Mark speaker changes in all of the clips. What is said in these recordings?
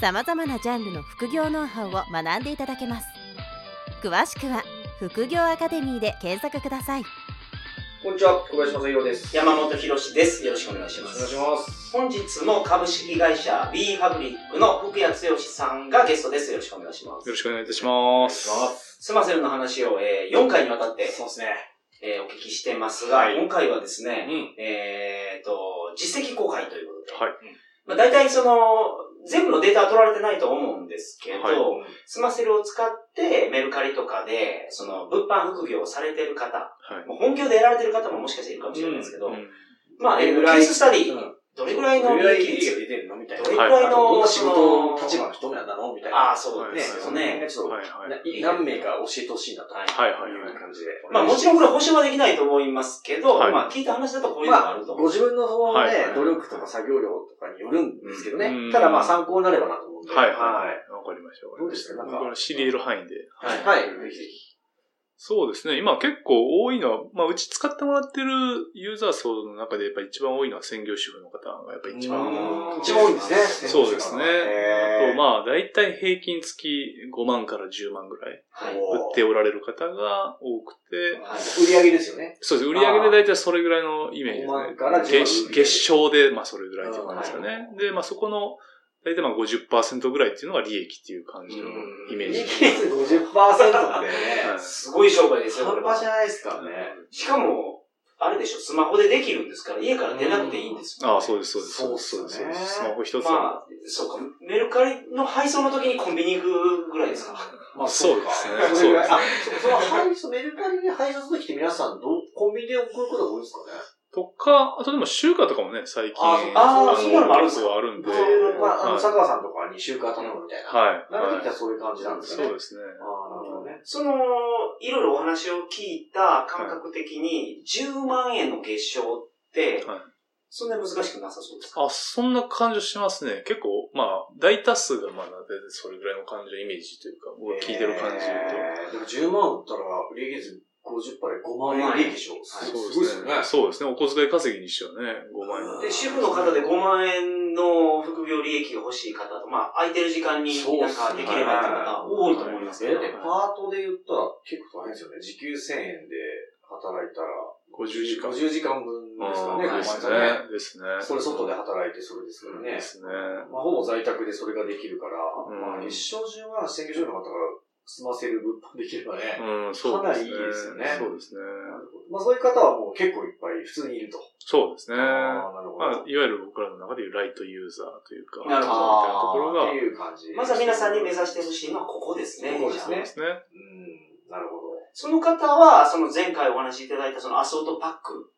Speaker 1: さまざまなジャンルの副業ノウハウを学んでいただけます詳しくは「副業アカデミー」で検索ください
Speaker 2: こんにちは、小林正宏です。
Speaker 3: 山本博史です。よろしくお願いします。
Speaker 2: お願いします。
Speaker 3: 本日も株式会社 B ファブリックの福谷剛さんがゲストです。よろしくお願いします。
Speaker 4: よろしくお願いいたします。
Speaker 2: そ
Speaker 3: スマセルの話を、えー4回にわたって、
Speaker 2: うですね。
Speaker 3: えーお聞きしてますが、
Speaker 2: はい
Speaker 3: 今回はです
Speaker 2: う
Speaker 3: ね、
Speaker 2: ん。
Speaker 3: えーと、実績公開ということで、
Speaker 4: はい。
Speaker 3: まあ、大体その、全部のデータは取られてないと思うんですけど、
Speaker 4: はい
Speaker 3: スマセルを使ってメルカリとかで、その、物販副業をされてる方、
Speaker 4: はい。
Speaker 3: もう本業でやられてる方ももしかしているかもしれないですけど、
Speaker 4: うん
Speaker 3: まあ、えー
Speaker 2: どれぐ
Speaker 3: ケ
Speaker 2: らい
Speaker 3: ーススタディ、
Speaker 2: うん
Speaker 3: どれぐらい
Speaker 2: ど
Speaker 3: の
Speaker 2: れぐらい
Speaker 3: 利
Speaker 2: 利
Speaker 3: 益
Speaker 2: 益が出てるのみたいな。
Speaker 3: どれぐらいの
Speaker 2: あどんな仕事
Speaker 3: そ
Speaker 2: の
Speaker 3: の
Speaker 2: 立場の人なのみたいな。
Speaker 3: あ
Speaker 2: あ、
Speaker 3: あ、そうで
Speaker 2: ね
Speaker 3: す
Speaker 2: そ
Speaker 3: よ
Speaker 2: の辺
Speaker 3: ね
Speaker 2: が。ちょっと、
Speaker 4: はいはい。
Speaker 2: な何名か教えてほしいなと。
Speaker 3: はい
Speaker 4: はいはいはい
Speaker 2: いう感じで。
Speaker 3: まあもちろんこれは保証はできないと思いますけど、
Speaker 4: はい
Speaker 3: まあ聞いた話だとこういうのが
Speaker 2: ま
Speaker 3: あ
Speaker 2: あ
Speaker 3: ると、思
Speaker 2: ご
Speaker 3: う。
Speaker 2: 自分のその
Speaker 4: はい
Speaker 2: ね
Speaker 4: はいは、い
Speaker 2: 努力とか作業量とかによるんですけど
Speaker 4: う
Speaker 2: ね。
Speaker 4: ん
Speaker 2: ただまあ参考になればなと思うんで。
Speaker 4: はいはいはい。わかりました。わかりました
Speaker 2: どうですかなんか
Speaker 4: 僕は知り得る範囲で。
Speaker 3: はい
Speaker 2: はい。はい。ぜひぜひ。
Speaker 4: そうですね。今結構多いのは、まあ、うち使ってもらってるユーザー層の中でやっぱ一番多いのは専業主婦の方がやっぱ一番
Speaker 3: うん
Speaker 2: 一番多いんですね。
Speaker 4: そうですね。
Speaker 2: へー
Speaker 4: あと、まあ、だいたい平均月5万から10万ぐらい
Speaker 3: はい。
Speaker 2: お
Speaker 4: 売っておられる方が多くて、
Speaker 3: はい
Speaker 2: 売り上げですよね。
Speaker 4: そうです。売り上げでだいたいそれぐらいのイメージです
Speaker 2: 5万から10万
Speaker 4: ね。月月賞で、まあ、それぐらいっていう感じですかね。で、まあ、そこの、だいたいまあ50%ぐらいっていうのが利益っていう感じのイメージ。
Speaker 2: 率50%ってね。
Speaker 4: はい
Speaker 3: すごい商売ですよ、これ
Speaker 2: 半
Speaker 3: は
Speaker 2: 端じゃないですからね。
Speaker 3: しかも、あれでしょ、スマホでできるんですから、家から出なくていいんですよ、
Speaker 4: ああ、そうです、そうです。
Speaker 2: そうっすよね
Speaker 4: そうですスマホ一つでも
Speaker 3: まあ、そうか、メルカリの配送の時にコンビニ行くぐらいですか。
Speaker 2: ま
Speaker 4: そうですね
Speaker 2: かそれぐらい
Speaker 4: そ
Speaker 2: あ、そその配送、メルカリに配送するときって皆さん、どう、コンビニで送ることが多いです
Speaker 4: とか、あとでも、集荷とかもね、最近。
Speaker 2: あ
Speaker 3: あ
Speaker 4: の
Speaker 3: そうなのもあるんです
Speaker 4: 結
Speaker 3: か
Speaker 4: 構あるんで。
Speaker 2: かね。
Speaker 4: は
Speaker 2: まあ、あの、
Speaker 4: はい
Speaker 2: 佐川さんとかに週間頼むみたいな。い。
Speaker 4: い。
Speaker 2: なるべきは
Speaker 4: は
Speaker 2: そういう感
Speaker 4: い
Speaker 2: じなんです
Speaker 4: そ
Speaker 2: ね。
Speaker 4: うですね。
Speaker 2: ああ、なるほどね。
Speaker 3: その、いろいろお話を聞いた感覚的に、10万円の月賞って、
Speaker 4: はい
Speaker 3: そんなに難しくなさそうですか
Speaker 4: あ、そんな感じしますね。結構、まあ、大多数が、まあ、大体それぐらいの感じのイメージというか、僕が聞いてる感じ
Speaker 2: えーでも10万売ったら、利益率50%で5万円利益でしょ。
Speaker 4: と。
Speaker 3: えー
Speaker 4: そうですね。そうですね。お小遣い稼ぎにしようね。5万円。
Speaker 3: で、主婦の方で5万円の副業利益が欲しい方と、まあ、空いてる時間になんかできればっていう方多いと思いますけど
Speaker 2: え
Speaker 3: ね。
Speaker 2: ーパートで言ったら結構大変ですよね。時給1000円で働いたら、
Speaker 4: 50時間。
Speaker 2: 50時間分ですか
Speaker 4: う
Speaker 2: ね、
Speaker 4: ん
Speaker 2: 5万円
Speaker 4: です
Speaker 2: だね。
Speaker 4: ね。ですね。
Speaker 2: それ外で働いてそれですからね
Speaker 4: で。すね。
Speaker 2: まあ、ほぼ在宅でそれができるから、
Speaker 4: う
Speaker 2: ま
Speaker 4: ん
Speaker 2: あ、一生中は専業主婦の方が済ませる物販できればね。
Speaker 4: うん、そうですね。
Speaker 2: かなりいいですよね
Speaker 4: そうですね。
Speaker 2: まあ、そういう方はもう結構いっぱい普通にいると。
Speaker 4: そうですね。
Speaker 2: ああ、なるほ
Speaker 4: ま
Speaker 2: ど。
Speaker 4: あ、いわゆる僕らの中でいうライトユーザーというか、
Speaker 3: なるほど
Speaker 2: っ
Speaker 4: みたいなところが
Speaker 2: て、いう感じ。
Speaker 3: まずは皆さんに目指してほしいのはここですね。
Speaker 2: ここです
Speaker 4: そう
Speaker 2: ね
Speaker 4: ですね。
Speaker 2: うん、なるほど。
Speaker 3: その方は、その前回お話しいただいたそのアソートパック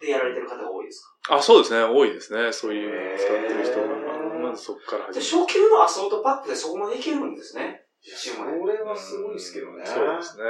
Speaker 3: でやられてる方が多いですか
Speaker 4: あ、そうですね。多いですね。そういう
Speaker 2: へ
Speaker 4: の
Speaker 2: ー
Speaker 4: を使ってる人が、まずそこから
Speaker 3: で
Speaker 4: 始める。
Speaker 3: 初級のアソートパックでそこまでいけるんですね。
Speaker 2: いや、それはすごいですけどね。
Speaker 4: そうですね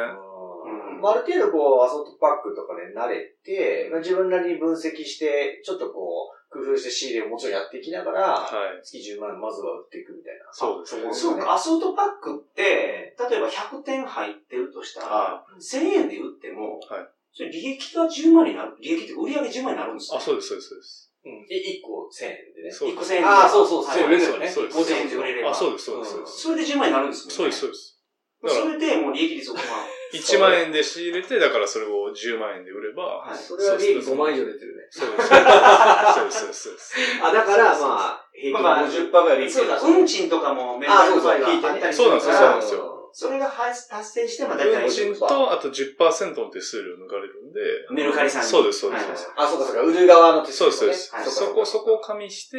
Speaker 2: うんまあ、ある程度こう、アソートパックとかで慣れて、まあ自分なりに分析して、ちょっとこう、工夫して仕入れをもちろんやっていきながら、
Speaker 4: はい。
Speaker 2: 月10万円まずは売っていくみたいな。
Speaker 4: そうですね
Speaker 2: あ
Speaker 3: そうか、アソートパックって、例えば100点入ってるとしたら
Speaker 4: は、
Speaker 3: 1000円で売っても、
Speaker 4: はい
Speaker 3: それ利益が10万になる、利益って売り上げ10万になるんですか
Speaker 4: あ、そうです、そうです、そうです。
Speaker 2: うん。で、1個1000円でね。
Speaker 4: そう
Speaker 3: 一
Speaker 4: で
Speaker 3: 個
Speaker 4: す。
Speaker 3: 1000円
Speaker 2: ああ、そうそう、
Speaker 3: は
Speaker 2: そ
Speaker 3: い
Speaker 2: れ売れるよね。
Speaker 4: そうです
Speaker 2: もちろんもちろん
Speaker 3: 売れる
Speaker 4: あ、そうです、そうです、そうです。
Speaker 3: それで10万円になるんですもんね。
Speaker 4: そうです、そうです。だか
Speaker 3: それでもう利益率5万。
Speaker 4: ら、1万円で仕入れて、だからそれを10万円で売れば、
Speaker 3: はい
Speaker 2: それは利益5万以上出てるね。
Speaker 4: そうです。そうです、そうですそうです。
Speaker 2: あ、だから、まあ、平均50%ぐらい利益
Speaker 3: そうだ、運賃とかもメル
Speaker 2: あ
Speaker 3: カ
Speaker 2: あ、そ
Speaker 3: リ
Speaker 2: うそう、
Speaker 3: とかで聞いてね。
Speaker 4: そうなんですよそうなんです
Speaker 2: よ。
Speaker 3: それが発達成して、まあ大体
Speaker 4: 運
Speaker 2: ち
Speaker 4: 賃と、あと10%の手数料抜かれるんで。
Speaker 3: メルカリさんに
Speaker 4: そうです、そうです。
Speaker 3: はい
Speaker 2: あ、そうか、そうか、売る側の手数
Speaker 4: そ
Speaker 2: 料
Speaker 4: うで
Speaker 2: ね
Speaker 4: す、そうです
Speaker 3: はい。
Speaker 4: そこ、そこを加味して、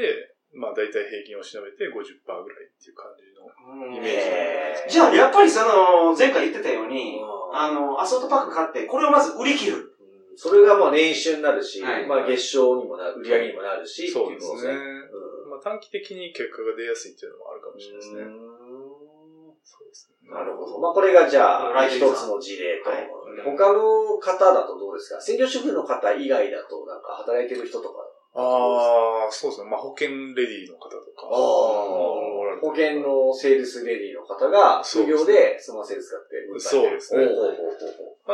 Speaker 4: まあ大体平均を調べて50%ぐらいっていう感じの。イメージ
Speaker 3: へーじゃあ、やっぱりその、前回言ってたように、
Speaker 2: うん
Speaker 3: あの、アソートパック買って、これをまず売り切る。
Speaker 2: うんそれがまあ年収になるし、
Speaker 3: はい
Speaker 2: まあ月賞にもなる、売り上げにもなるし、
Speaker 4: そうです
Speaker 2: っ
Speaker 4: ね
Speaker 2: ていうこ。
Speaker 4: まあ短期的に結果が出やすいっていうのもあるか
Speaker 2: と
Speaker 4: も
Speaker 2: で
Speaker 4: し
Speaker 2: すね
Speaker 4: れないで
Speaker 2: う
Speaker 4: すね。
Speaker 2: ん
Speaker 3: ですね。
Speaker 2: なるほど。まあ、これがじゃあ、
Speaker 3: ライ
Speaker 2: 一
Speaker 3: ジ
Speaker 2: つ
Speaker 3: ンさん
Speaker 2: の事例と。
Speaker 3: はい
Speaker 2: 他の方だとどうですか専業主婦の方以外だと、なんか働いてる人とか。
Speaker 4: ああ、そうですね。まあ、保険レディーの方とか。おられたりと
Speaker 2: 保
Speaker 4: か
Speaker 2: 険のセールスレディの方が、
Speaker 4: そう
Speaker 2: 副
Speaker 4: で
Speaker 2: 業で
Speaker 4: すね
Speaker 2: スマセール使って売ったり。
Speaker 4: そうですね
Speaker 2: おうおうおう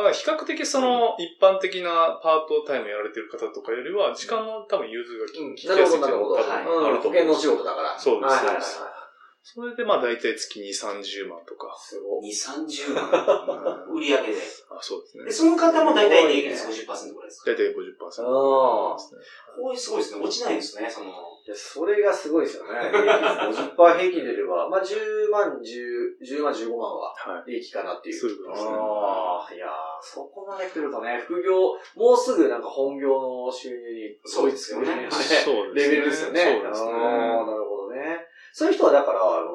Speaker 2: おう
Speaker 4: まあ、比較的その、一般的なパートタイムやられてる方とかよりは、時間の多分融通が利
Speaker 2: うん
Speaker 4: き
Speaker 2: な
Speaker 4: や
Speaker 2: るほ
Speaker 4: すい
Speaker 2: ど、なるほど。
Speaker 4: 多
Speaker 3: はい
Speaker 4: 分あ
Speaker 2: うん
Speaker 4: る
Speaker 2: 保
Speaker 4: と思う
Speaker 2: 険のお仕事だから。
Speaker 4: そうです
Speaker 2: はいはいはいはい。
Speaker 4: そうそれでまあ大体月に30万とか。
Speaker 2: すごい。
Speaker 3: 2、30万。売り上げで。
Speaker 4: あそう
Speaker 3: で、
Speaker 4: です
Speaker 3: その
Speaker 4: ね。
Speaker 3: 方も大体利益率50%ぐらいですか。
Speaker 4: 大体50%。
Speaker 2: あー
Speaker 4: ですね
Speaker 3: こういうすごいですね。落ちないですね、その。
Speaker 2: でそれがすごいですよね。50%平均でれば、まあ、10万、10、10万、15万は
Speaker 4: はい。
Speaker 2: 利益かなっていう。
Speaker 4: そういうことですね
Speaker 2: ああ、いやーそこまで来るとね、副業、もうすぐなんか本業の収入に追いつくよ ね。
Speaker 3: そうで
Speaker 2: レベ
Speaker 3: す
Speaker 4: よね
Speaker 2: ルですよね。
Speaker 4: そうですね
Speaker 2: あーなるほどね。そういう人はだから、あの、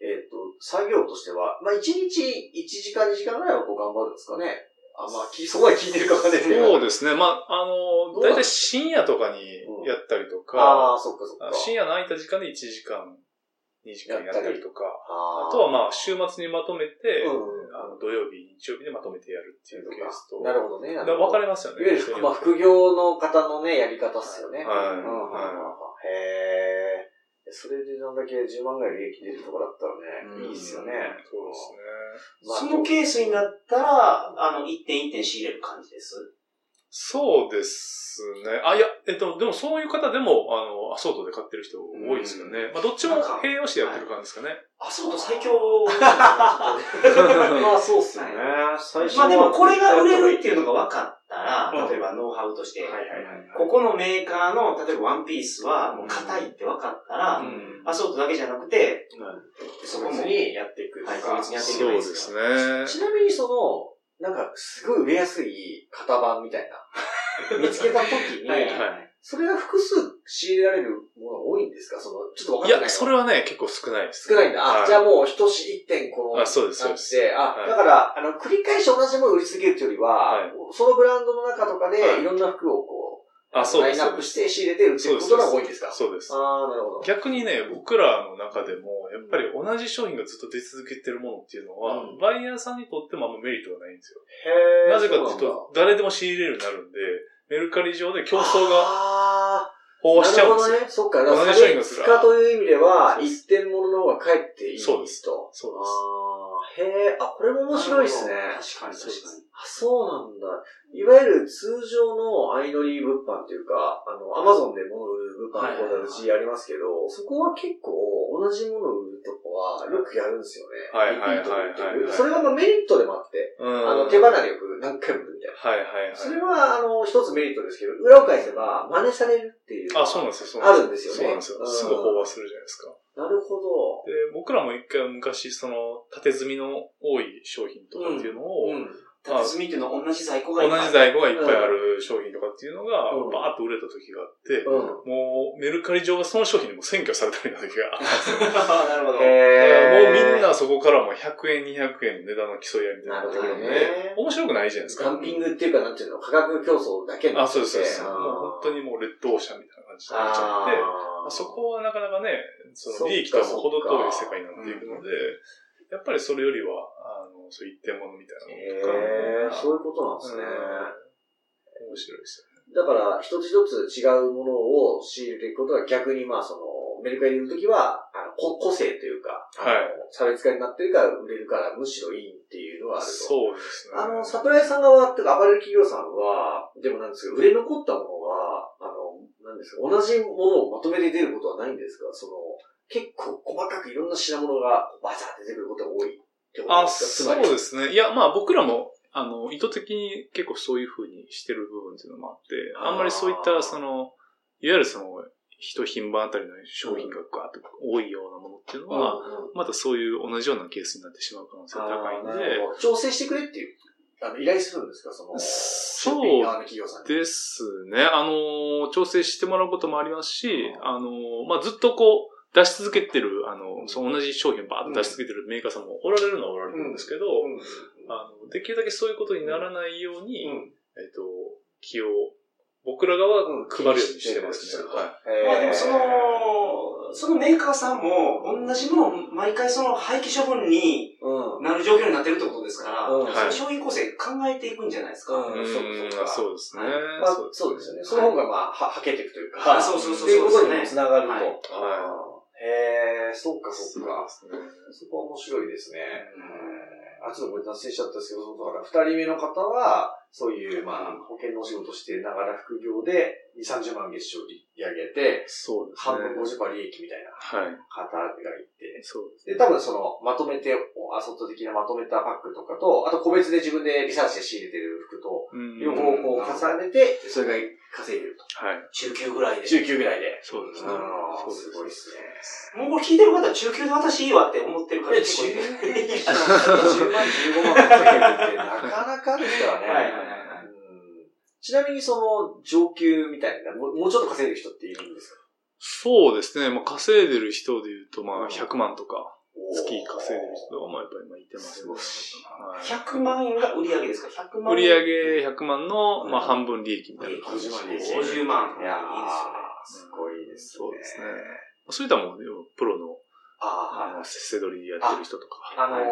Speaker 2: えっ、と、作業としては、まあ、1日1時間2時間ぐらいはこう頑張るんですかね。あ、まあ、きそこまで聞いてるかわかんないですけど。
Speaker 4: そう
Speaker 2: す。
Speaker 4: ですね。まあ、あの、
Speaker 2: どうな
Speaker 4: 大
Speaker 2: の
Speaker 4: 体深夜とかにやったりとか、
Speaker 2: ああ、そっかそっか。
Speaker 4: 深夜の空いた時間で1時間、2時間やったりとか、
Speaker 2: あー
Speaker 4: あとはまあ、週末にまとめて、
Speaker 2: うん
Speaker 4: あの土曜日、日曜日でまとめてやるっていうケースと、
Speaker 2: なるほどね。な
Speaker 4: だ
Speaker 2: る
Speaker 4: から
Speaker 2: ほど
Speaker 4: 分かれますよね。
Speaker 2: いわゆる
Speaker 4: 人に
Speaker 2: ま
Speaker 4: よ
Speaker 2: あ、
Speaker 4: って
Speaker 2: 副業の方のね、やり方っすよね。
Speaker 4: はいはい
Speaker 2: うんうんうんへえ。それでなんだけ10万ぐらい利益出るとこだったらね、いいっすよね。
Speaker 4: そうですね。
Speaker 2: まあ
Speaker 3: そのケースになったら、あの、1点1点仕入れる感じです。
Speaker 4: そうですね。あ、いや、えっと、でもそういう方でも、あの、アソートで買ってる人多いですよね。まあ、どっちも併用してやってる感じですかね。
Speaker 3: あ、そうと最強。
Speaker 2: まあ、そうっすよね。最
Speaker 3: まあでもこれが売れるって
Speaker 2: う。
Speaker 3: いうのが分かったら、
Speaker 2: うん
Speaker 3: 例えばノウハウとして、
Speaker 2: はいはいはい。
Speaker 3: ここのメーカーの、例えばワンピースはもう硬いって分かったら、
Speaker 4: うん
Speaker 3: アソートだけじゃなくて、
Speaker 2: そ
Speaker 3: そ
Speaker 2: こ
Speaker 3: こも
Speaker 2: にやっていくと
Speaker 3: はい個
Speaker 2: か。
Speaker 3: 別にやっていけ
Speaker 4: そう
Speaker 3: ばいい
Speaker 4: で
Speaker 3: ですす
Speaker 4: ね。
Speaker 2: ちなみにその、なんか、すごい売れやすい型番みたいな。見つけた時に、
Speaker 3: はい
Speaker 4: はい。
Speaker 2: それが複数仕入れられるものが多いんですかその、ちょっとわか
Speaker 4: い
Speaker 2: んないな。
Speaker 4: や、それはね、結構少ないです。
Speaker 2: 少ないんだ。あ、
Speaker 4: はい
Speaker 2: じゃあもう一し一点この、
Speaker 4: あそうです
Speaker 2: あっ
Speaker 4: そう
Speaker 2: て、あ、
Speaker 4: はい
Speaker 2: だから、あの、繰り返し同じものを売り続けるというよりは、
Speaker 4: はい
Speaker 2: そのブランドの中とか
Speaker 4: は
Speaker 2: で、
Speaker 4: い
Speaker 2: いろんな服をこう、
Speaker 4: あ、そう
Speaker 2: ラ
Speaker 4: で
Speaker 2: イン
Speaker 4: す。
Speaker 2: ナップして仕入れて売って
Speaker 4: そう
Speaker 2: る
Speaker 4: で
Speaker 2: こ
Speaker 4: す。
Speaker 2: とが多いんですか
Speaker 4: そうです。
Speaker 2: ああ、なるほど。
Speaker 4: 逆にね、僕らの中でも、やっぱり同じ商品がずっと出続けてるものっていうのは、
Speaker 2: うん
Speaker 4: バイヤーさんにとってもあんまメリットがないんですよ。
Speaker 2: へ
Speaker 4: なぜかっていうと、誰でも仕入れるようになるんで、メルカリ上で競争が
Speaker 2: が、
Speaker 4: 飽和しちゃうん
Speaker 2: なるほ
Speaker 4: です
Speaker 2: ど
Speaker 4: よ。
Speaker 2: ね。そっか、だから
Speaker 4: 同
Speaker 2: 差
Speaker 4: じ商品が
Speaker 2: 別
Speaker 4: ずらー
Speaker 2: 化という意味では、
Speaker 4: そうです
Speaker 2: 一点物の方がかえっていいと。
Speaker 4: そうですそうです。
Speaker 2: あーへえ、あ、これも面白いですね。
Speaker 3: 確かに確かに。
Speaker 2: あ、そうなんだ。いわゆる通常の相乗り物販というか、あの、アマゾンで物を売る物販のことはうちやりますけど、そこは結構同じものを売るとこはよくやるんですよね。
Speaker 4: はいはいはいはい
Speaker 2: リピートで売ってるそれがまあメリットでもあって、
Speaker 4: うん
Speaker 2: あの、手離れよく何回も売るみたいな。
Speaker 4: はいはいはい。
Speaker 2: それは、あの、一つメリットですけど、裏を返せば真似されるっていう。
Speaker 4: あ、そうなんですよ。そうなんですよ
Speaker 2: あるんです
Speaker 4: そ
Speaker 2: よね
Speaker 4: うなんですよ。すぐ飽和するじゃないですか。
Speaker 2: なるほど。
Speaker 4: で、僕らも一回昔、その、縦積みの多い商品とかっていうのを、
Speaker 2: ん。
Speaker 3: 縦積みっていうのは同じ在庫がい
Speaker 4: 同
Speaker 3: っぱいある
Speaker 4: じ在庫がいっぱいある商品とかっていうのが、
Speaker 2: うん
Speaker 4: バーッと売れた時があって、
Speaker 2: うん。
Speaker 4: もう、メルカリ上がその商品にもう占拠されたりな時があったんですよ。
Speaker 3: なるほど。
Speaker 4: だからもうみん
Speaker 2: な
Speaker 4: なそこからもう100円、200円の値段の競い合いみたいになってくるんで、
Speaker 2: なるほどね
Speaker 4: 面白くないじゃないです
Speaker 2: ダ
Speaker 4: か
Speaker 2: ン。ピングっていうか、なんていうの、価格競争だけにな
Speaker 4: あ、
Speaker 2: っちゃ
Speaker 4: そう
Speaker 2: っ
Speaker 4: で
Speaker 2: て
Speaker 4: す、そうです。もう本当
Speaker 2: に。
Speaker 4: にもうレッドオーシャンみたいな感じになっちゃって、
Speaker 2: あ
Speaker 4: ま
Speaker 2: ー
Speaker 4: あそこはなかなかね、そ
Speaker 2: そっ
Speaker 4: の
Speaker 2: か
Speaker 4: 利益とはもう程遠い世界になっていくので、やっぱりそれよりは、あの、そういう一点物みたいなも
Speaker 2: へー
Speaker 4: のとか、
Speaker 2: そういうことなんですね。
Speaker 4: うん面白いです
Speaker 2: だから、一つ一つ違うものを仕入れていくことが逆に、まあ、その、メルカリにいるときは、あの、こ個性というか、あの
Speaker 4: はい
Speaker 2: 差別化になってるから売れるから、むしろいいっていうのはあると。
Speaker 4: よね。そうですね。
Speaker 2: あの、サプライさん側っていうか、アパレル企業さんは、でもなんですけど、売れ残ったものは、あの、なんですか、同じものをまとめて出ることはないんですかその、結構細かくいろんな品物がバザーって出てくることが多いってことで
Speaker 4: あ、
Speaker 2: す
Speaker 4: そ
Speaker 2: か
Speaker 4: うですね。いや、まあ僕らも、あの、意図的に結構そういう風にしてる部分っていうのもあって、
Speaker 2: あー
Speaker 4: あんまりそういった、その、いわゆるその、一品番あたりの商品がガーッと多いようなものっていうの
Speaker 2: つまり
Speaker 4: は、またそういう同じようなケースになってしまう可能性が高いん
Speaker 2: あー
Speaker 4: で
Speaker 2: な、るほど調整してくれっていう、あの、依頼するんですかその、
Speaker 4: そう
Speaker 2: 出品側の企業さんに。
Speaker 4: ですね。あの、調整してもらうこともありますし、あの、まあ、ずっとこう、出し続けてる、あの、その同じ商品をバーッと出し続けてるメーカーさんもおられるのはおられるんですけど、
Speaker 2: うん
Speaker 4: あの、できるだけそういうことにならないように、
Speaker 2: う
Speaker 4: え
Speaker 2: ん
Speaker 4: っと、気を僕ら側は配るようにしてますね。はい。
Speaker 3: まあでもその、そのメーカーさんも、同じものを毎回その廃棄処分に
Speaker 2: うん。
Speaker 3: なる状況になってるってことですから、
Speaker 2: うん
Speaker 3: その商品構成考えていくんじゃないですか。
Speaker 2: うんそう
Speaker 4: うん
Speaker 2: そうか
Speaker 4: そうですね。
Speaker 2: まあ、そうですよね。その方が、まあ、は、はけていくというか、
Speaker 3: あそうそうそう
Speaker 2: っていうこ
Speaker 3: そう
Speaker 2: と
Speaker 3: ですね
Speaker 2: にもつながると。
Speaker 3: はい
Speaker 2: あー
Speaker 4: は
Speaker 2: へえ、そうか、そうか。そこは面白いですね。うんあ、ちょっとこれ脱線しちゃったんですけど、そうだから、二人目の方は、そういう、まあ、保険のお仕事してながら副業で、2、30万月賞利上げて、
Speaker 4: そうですね
Speaker 2: 半。分50%利益みたいな
Speaker 4: はい。
Speaker 2: 方がいて、
Speaker 4: そうです
Speaker 2: で、多分その、まとめて、おアソット的なまとめたパックとかと、あと個別で自分でリサーチで仕入れてる服と、
Speaker 4: うん
Speaker 2: 両方こう重ねて、それが稼いでると。
Speaker 4: はい。
Speaker 3: 中級ぐらいで。
Speaker 2: 19ぐらいで。
Speaker 4: そうですね。
Speaker 2: あ
Speaker 4: そ
Speaker 2: ー
Speaker 4: う
Speaker 2: すごい
Speaker 4: で。
Speaker 2: ですす
Speaker 3: もうこれ聞いてる方は中級で私いいわって思ってる方
Speaker 2: ね。
Speaker 3: 結構い
Speaker 2: い
Speaker 3: る
Speaker 2: や10万、15万かけるってなかなかですからね。
Speaker 3: はいはいはいはい
Speaker 2: うんちなみにその上級みたいな、もうもうちょっと稼いでる人っているんですか
Speaker 4: そうですね。まあ、稼いでる人で言うと、ま
Speaker 2: うん
Speaker 4: あ、100万とか、月稼いでる人が、まあ、やっぱり今いてますね。はい
Speaker 3: 100万円が売り上げですか ?100 万
Speaker 4: 売
Speaker 3: 円。
Speaker 4: 上100万の、まあ、半分利益みたいな感じ
Speaker 2: 50万
Speaker 4: で
Speaker 2: 利
Speaker 4: す
Speaker 2: 益
Speaker 4: ね。
Speaker 3: 50万。
Speaker 2: いやー
Speaker 3: いいです
Speaker 2: す
Speaker 3: よね。
Speaker 2: ごいですね。
Speaker 4: そうですね。そういったもん、要はプロの、あ
Speaker 2: あ
Speaker 4: の、せせどりやってる人と
Speaker 2: あ、あ
Speaker 4: か、
Speaker 2: のー、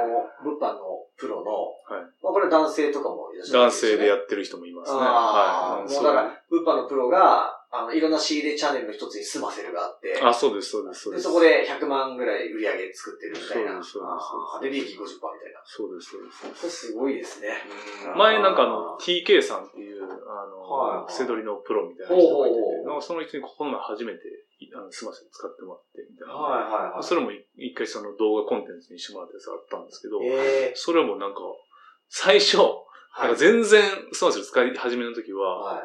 Speaker 2: 物販のプロの、
Speaker 4: はい
Speaker 2: まあこれ男性とかもいらっしゃるん
Speaker 4: 男
Speaker 2: すよ
Speaker 4: 性
Speaker 2: ね
Speaker 4: でやってる人もいますね。
Speaker 2: ああ、
Speaker 4: はい。
Speaker 2: もうだから、物販のプロが、あの、いろんな仕入れチャンネルの一つにスマセルがあって、
Speaker 4: あ、そうです、そうです、そう
Speaker 2: で
Speaker 4: です。
Speaker 2: そこで100万ぐらい売り上げ作ってるみたいな。
Speaker 4: そうですそうです
Speaker 2: あーで、利益50%みたいな。
Speaker 4: そうです、そうです。
Speaker 2: これすごいですね。
Speaker 3: うん
Speaker 4: 前なんかあの TK さんっていう、あ
Speaker 2: はいは
Speaker 4: の、
Speaker 2: い
Speaker 4: セドリのプロみたいな人がいて
Speaker 2: ほうほうほ
Speaker 4: て、
Speaker 2: う
Speaker 4: なんかその人にここの前初めて、いあのスマッシュ使ってもらって、みたいな。
Speaker 2: はいはいはい。
Speaker 4: それもい一回その動画コンテンツにしてもらったやつがあったんですけど、
Speaker 2: ええ
Speaker 4: それもなんか、最初、
Speaker 3: は
Speaker 4: ないんか全然スマッシュ使い始めの時は、
Speaker 2: はい。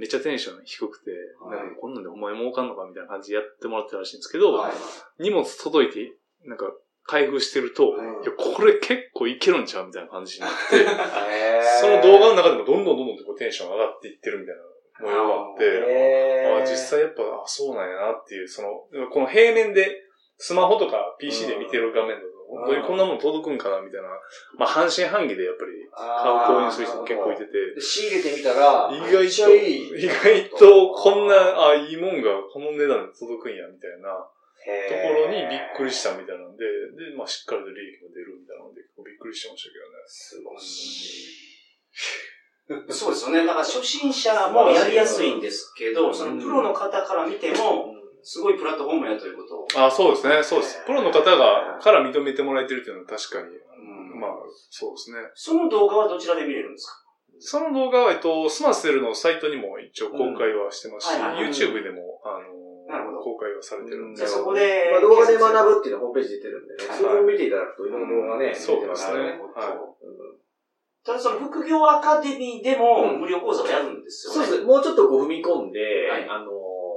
Speaker 4: めっちゃテンション低くて、
Speaker 2: はい
Speaker 4: なんかこんなんでお前儲かんのかみたいな感じでやってもらってたらしいんですけど、
Speaker 2: はい
Speaker 4: 荷物届いて、なんか開封してると、
Speaker 2: はい
Speaker 4: いや、これ結構いけるんちゃうみたいな感じになって、
Speaker 2: へー
Speaker 4: その動画の中でもどんどんどんどんこうテンション上がっていってるみたいな模様があっ
Speaker 3: へ
Speaker 4: て、
Speaker 2: へー
Speaker 4: あ実際やっぱあそうなんやなっていう、その、この平面で、スマホとか PC で見てる画面だと、
Speaker 2: うん
Speaker 4: 本当にこんなもの届くんかなみたいな、まあ半信半疑でやっぱり
Speaker 2: あ
Speaker 4: 買う
Speaker 2: ー
Speaker 4: 購入する人も結構いてて、
Speaker 2: で仕入れてみたら、
Speaker 4: 意
Speaker 2: め
Speaker 4: 外
Speaker 2: っちゃ
Speaker 4: と、
Speaker 2: いい
Speaker 4: 意外とこんな、あ、いいもんがこの値段で届くんやみたいなところにびっくりしたみたいなんで、で、まあしっかりと利益が出るみたいなので、結構びっくりしてましたけどね。
Speaker 2: すごい。
Speaker 3: そうですよね。だから初心者もやりやすいんですけ
Speaker 2: う
Speaker 3: ど、
Speaker 2: ん
Speaker 3: そのプロの方から見ても、すごいプラットフォームやということを。
Speaker 4: あそうですね、そうです。プロの方が、から認めてもらえてるっていうのは確か
Speaker 3: う
Speaker 4: に、
Speaker 3: ん
Speaker 4: まあ、そうですね。
Speaker 3: その動画はどちらで見れるんですか
Speaker 4: その動画は、えっと、スマステルのサイトにも一応公開はしてますし、
Speaker 3: うんはいはいはい
Speaker 4: YouTube でも、あ
Speaker 3: なるほ
Speaker 4: の、
Speaker 3: ど
Speaker 4: 公開はされてるん
Speaker 3: じゃ
Speaker 4: で
Speaker 3: あ。そこで
Speaker 2: まあ、動画で学ぶっていうのはホームページ出てるんでね、
Speaker 3: はい
Speaker 2: それを見ていただくと、いろんな動画ね、
Speaker 4: そうですね
Speaker 2: 出
Speaker 4: は
Speaker 2: て
Speaker 4: い
Speaker 2: ますからうん
Speaker 3: ただその副業アカデミーでも無料講座をやるんですよ
Speaker 2: そう
Speaker 3: ね。
Speaker 2: ですね、もうちょっとこう踏み込んで、
Speaker 3: はい
Speaker 2: あの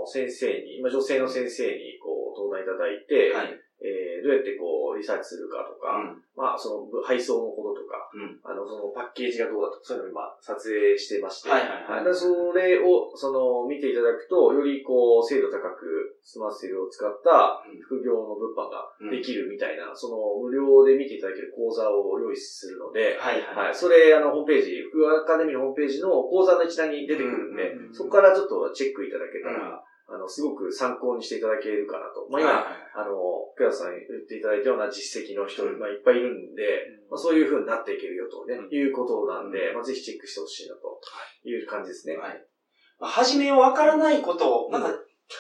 Speaker 2: ー、先生に、今女性の先生にこう登壇いただいて、
Speaker 3: はい。
Speaker 2: えーどうやってこうリサーチするかとか、まあその配送のこととか、
Speaker 3: うん
Speaker 2: あのそのパッケージがどうだとか、そういうのを今撮影してまして、
Speaker 3: はいはいはい
Speaker 2: だからそれをその見ていただくと、よりこう精度高くスマステルを使った
Speaker 3: うん
Speaker 2: 副業の物販が
Speaker 3: うん
Speaker 2: できるみたいな、その無料で見ていただける講座を用意するので、
Speaker 3: はい
Speaker 2: はい。
Speaker 3: はい。
Speaker 2: それ、あの、ホームページ、福アカデミーのホームページの講座の一覧に出てくるんで、
Speaker 3: うんうんうん
Speaker 2: そこからちょっとチェックいただけたら、あの、すごく参考にしていただけるかなと。まあ今、あの、クラスさん言っていただいたような実績の人、
Speaker 3: うん
Speaker 2: まあいっぱいいるんで、まあ、そういう風になっていけるよと、ね
Speaker 4: うん
Speaker 2: いうことなんで、
Speaker 3: うん
Speaker 2: まあぜひチェックしてほしいなという感じですね。
Speaker 3: はい。まあ初めはわからないことを、なんか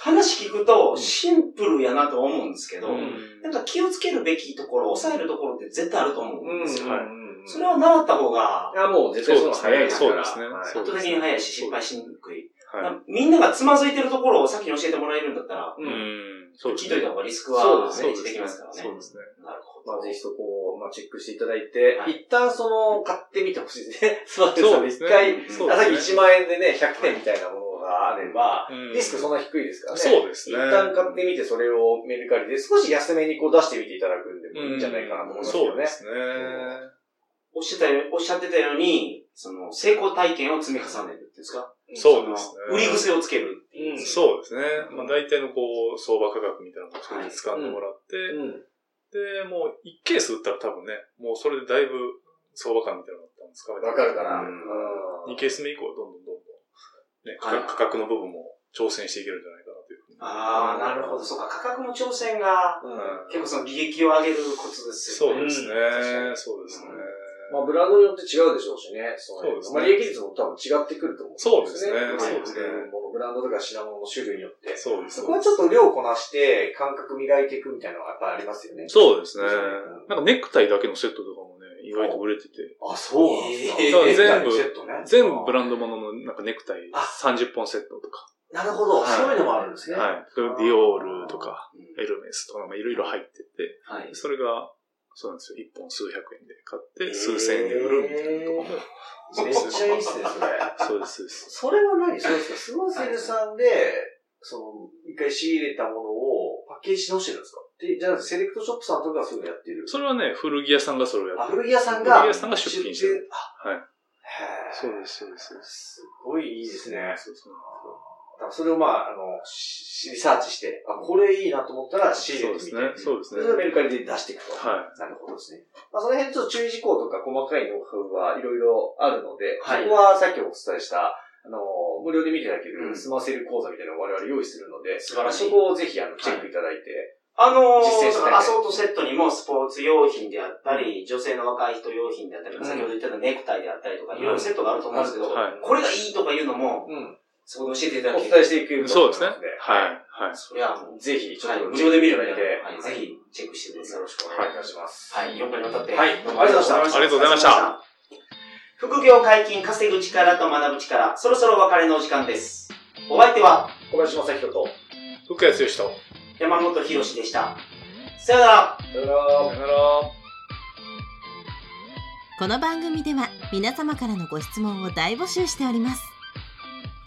Speaker 3: 話聞くとシンプルやなとは思うんですけど、
Speaker 4: うん
Speaker 3: なんか気をつけるべきところ、抑えるところって絶対あると思うんですよ。
Speaker 4: はい
Speaker 2: うん
Speaker 3: それは習った方が、
Speaker 2: あ、もう絶対その方が早いですから。
Speaker 4: そうですね
Speaker 2: はい
Speaker 4: そう
Speaker 3: 圧
Speaker 4: で
Speaker 3: 倒
Speaker 4: すね
Speaker 3: 的に早いし失敗しにくい。
Speaker 4: はい。
Speaker 3: みんながつまずいてるところを先に教えてもらえるんだったら、
Speaker 2: う
Speaker 4: うんん、そうです
Speaker 3: 聞いと
Speaker 4: ね。
Speaker 3: いた方がリスク
Speaker 2: そう
Speaker 3: は
Speaker 2: です
Speaker 3: ね
Speaker 4: そう
Speaker 3: 減ってきますからね。
Speaker 4: そうですね。
Speaker 3: なるほ
Speaker 2: まあ、
Speaker 3: ど。
Speaker 2: ぜひそこを、まあ、チェックしていただいて、
Speaker 3: はい
Speaker 2: 一旦その、買ってみてほしいですね。スマートさ
Speaker 4: そ
Speaker 2: んで
Speaker 4: う
Speaker 2: 一
Speaker 4: ですね。
Speaker 2: 回、
Speaker 4: そう
Speaker 2: あさっ
Speaker 4: で
Speaker 2: き
Speaker 4: す
Speaker 2: 1
Speaker 4: ね
Speaker 2: 万円でね、100点みたいなものがあれば、
Speaker 4: うん
Speaker 2: リスクそんな低いですからね。
Speaker 4: そうですね。
Speaker 2: 一旦買ってみて、それをメルカリで少し安めにこう出してみていただくんでもいいんじゃないかなと思います
Speaker 4: そ
Speaker 2: よ
Speaker 4: う
Speaker 2: ね
Speaker 4: で。すね。
Speaker 3: おっしゃったようにおっしゃってたように、その、成功体験を積み重ねるっていうんですか
Speaker 4: そうですね
Speaker 3: の売り癖をつけるっていうんですか。
Speaker 4: そうですね。まあ大体のこう、相場価格みたいなのをそれで掴んでもらって、
Speaker 2: うん。
Speaker 4: で、もう1ケース売ったら多分ね、もうそれでだいぶ相場感みたいなのがあったんですか
Speaker 2: わかるかな。
Speaker 4: 2ケース目以降はどんどんどんどんね、
Speaker 3: はい
Speaker 4: 価格の部分も挑戦していけるんじゃないかなというふうに。
Speaker 3: ああ、なるほど。そうか、価格の挑戦が、
Speaker 2: うん
Speaker 3: 結構その利益を上げるコツですよ
Speaker 4: そ
Speaker 3: ね。
Speaker 4: うですね
Speaker 3: ん確かに。
Speaker 4: そうですね。
Speaker 2: まあ、ブランドによって違うでしょうしね。その
Speaker 4: そ
Speaker 2: ま
Speaker 4: うですね
Speaker 2: あ、利益率も多分違ってくると思うんですよね。
Speaker 3: そうです
Speaker 4: ねそうですね
Speaker 2: もうブランドとか品物の種類によって。
Speaker 4: そうです。
Speaker 2: そこはちょっと量をこなして、感覚磨いていくみたいなのがやっぱりありますよね。
Speaker 4: そうです
Speaker 2: う
Speaker 4: ね
Speaker 2: ん。
Speaker 4: なんかネクタイだけのセットとかもね、意外と売れてて。
Speaker 2: あ、そうなんですか。ネクタイ
Speaker 3: えー
Speaker 4: 全部
Speaker 2: セットね
Speaker 4: 全部ブランドもののなんかネクタイ
Speaker 2: あ
Speaker 4: 30本セットとか。
Speaker 2: なるほど、
Speaker 4: はい
Speaker 2: そういうのもあるんですね。
Speaker 4: はい。それディオールとか、エルメスとか、まあいろいろ入ってて、
Speaker 3: はい。
Speaker 4: それが、そうなんですよ。1本数百円で買っ
Speaker 2: えー
Speaker 4: て、数千円で売るみたいなとかも。そう
Speaker 2: めっ
Speaker 4: です
Speaker 2: ちゃいいっすね、それ。
Speaker 4: そうです、そうです。
Speaker 2: それは何そうですかスゴセルさんで、その、一回仕入れたものをパッケージ直してるんですかで、じゃなくてセレクトショップさんとかがそういうのやってる。
Speaker 4: それはね、古着屋さんがそれをや
Speaker 2: あ、
Speaker 4: ってる。
Speaker 2: 古着屋さんが。
Speaker 4: 古着屋さんが出品してる。
Speaker 2: あ、
Speaker 4: はい。
Speaker 2: へー
Speaker 4: そうです、そうです。そうで
Speaker 2: す
Speaker 4: す
Speaker 2: ごいいいですね。
Speaker 4: そうそう
Speaker 2: だからそれをまあ、あの、しリサーチして、あ、これいいなと思ったら仕入れ
Speaker 4: そうで
Speaker 2: てみ
Speaker 4: す
Speaker 2: て。
Speaker 4: ね。そうです
Speaker 2: そ
Speaker 4: ね
Speaker 2: れ。をメルカリで出していくと。
Speaker 4: は
Speaker 2: なるほどですね。まあ、その辺ちょっと注意事項とか細かいノウハウはいろいろあるので、
Speaker 3: はい
Speaker 2: そこはさっきお伝えした、あの、無料で見ていただけ
Speaker 3: う
Speaker 2: る
Speaker 3: ん
Speaker 2: 済ませる講座みたいなのを我々用意するので、
Speaker 3: 素晴らし
Speaker 2: そ
Speaker 3: い
Speaker 2: こをぜひあのチェックいただいて、
Speaker 3: あのー、
Speaker 2: 実践したいね
Speaker 3: アソートセットにもスポーツ用品であったり、女性の若い人用品であったり、
Speaker 2: うん
Speaker 3: 先ほど言ったようなネクタイであったりと
Speaker 2: う
Speaker 3: か、
Speaker 2: ん
Speaker 3: いろいろセットがあると思うんですけど、
Speaker 4: い。はい。
Speaker 3: これがいいとかいうのも、
Speaker 2: うん。
Speaker 3: そこで教えていただ
Speaker 2: お
Speaker 3: け
Speaker 2: 伝えしていく
Speaker 4: そうですね。は
Speaker 2: の
Speaker 4: い
Speaker 2: で。
Speaker 4: はい。はい。
Speaker 3: それはもう、
Speaker 2: ぜひ、ちょっ
Speaker 3: はい
Speaker 2: と
Speaker 3: 無料で見る
Speaker 2: だ
Speaker 3: の
Speaker 2: い
Speaker 3: で、
Speaker 2: て、
Speaker 3: はい、ぜひチェックしてくださ
Speaker 2: よ
Speaker 3: い。
Speaker 2: ろしくお願いいたします。
Speaker 3: はい、4回にわたって、
Speaker 2: はい
Speaker 3: どうもありがとうございました。
Speaker 4: ありがとうございました。
Speaker 3: 副業解禁、稼ぐ力と学ぶ力、そろそろお別れのお時間です。お相手は
Speaker 2: 小林正宏と、
Speaker 4: 福谷剛人。
Speaker 3: 山本博史でした。さよなら。
Speaker 2: さよなら
Speaker 4: さよなら。
Speaker 1: この番組では皆様からのご質問を大募集しております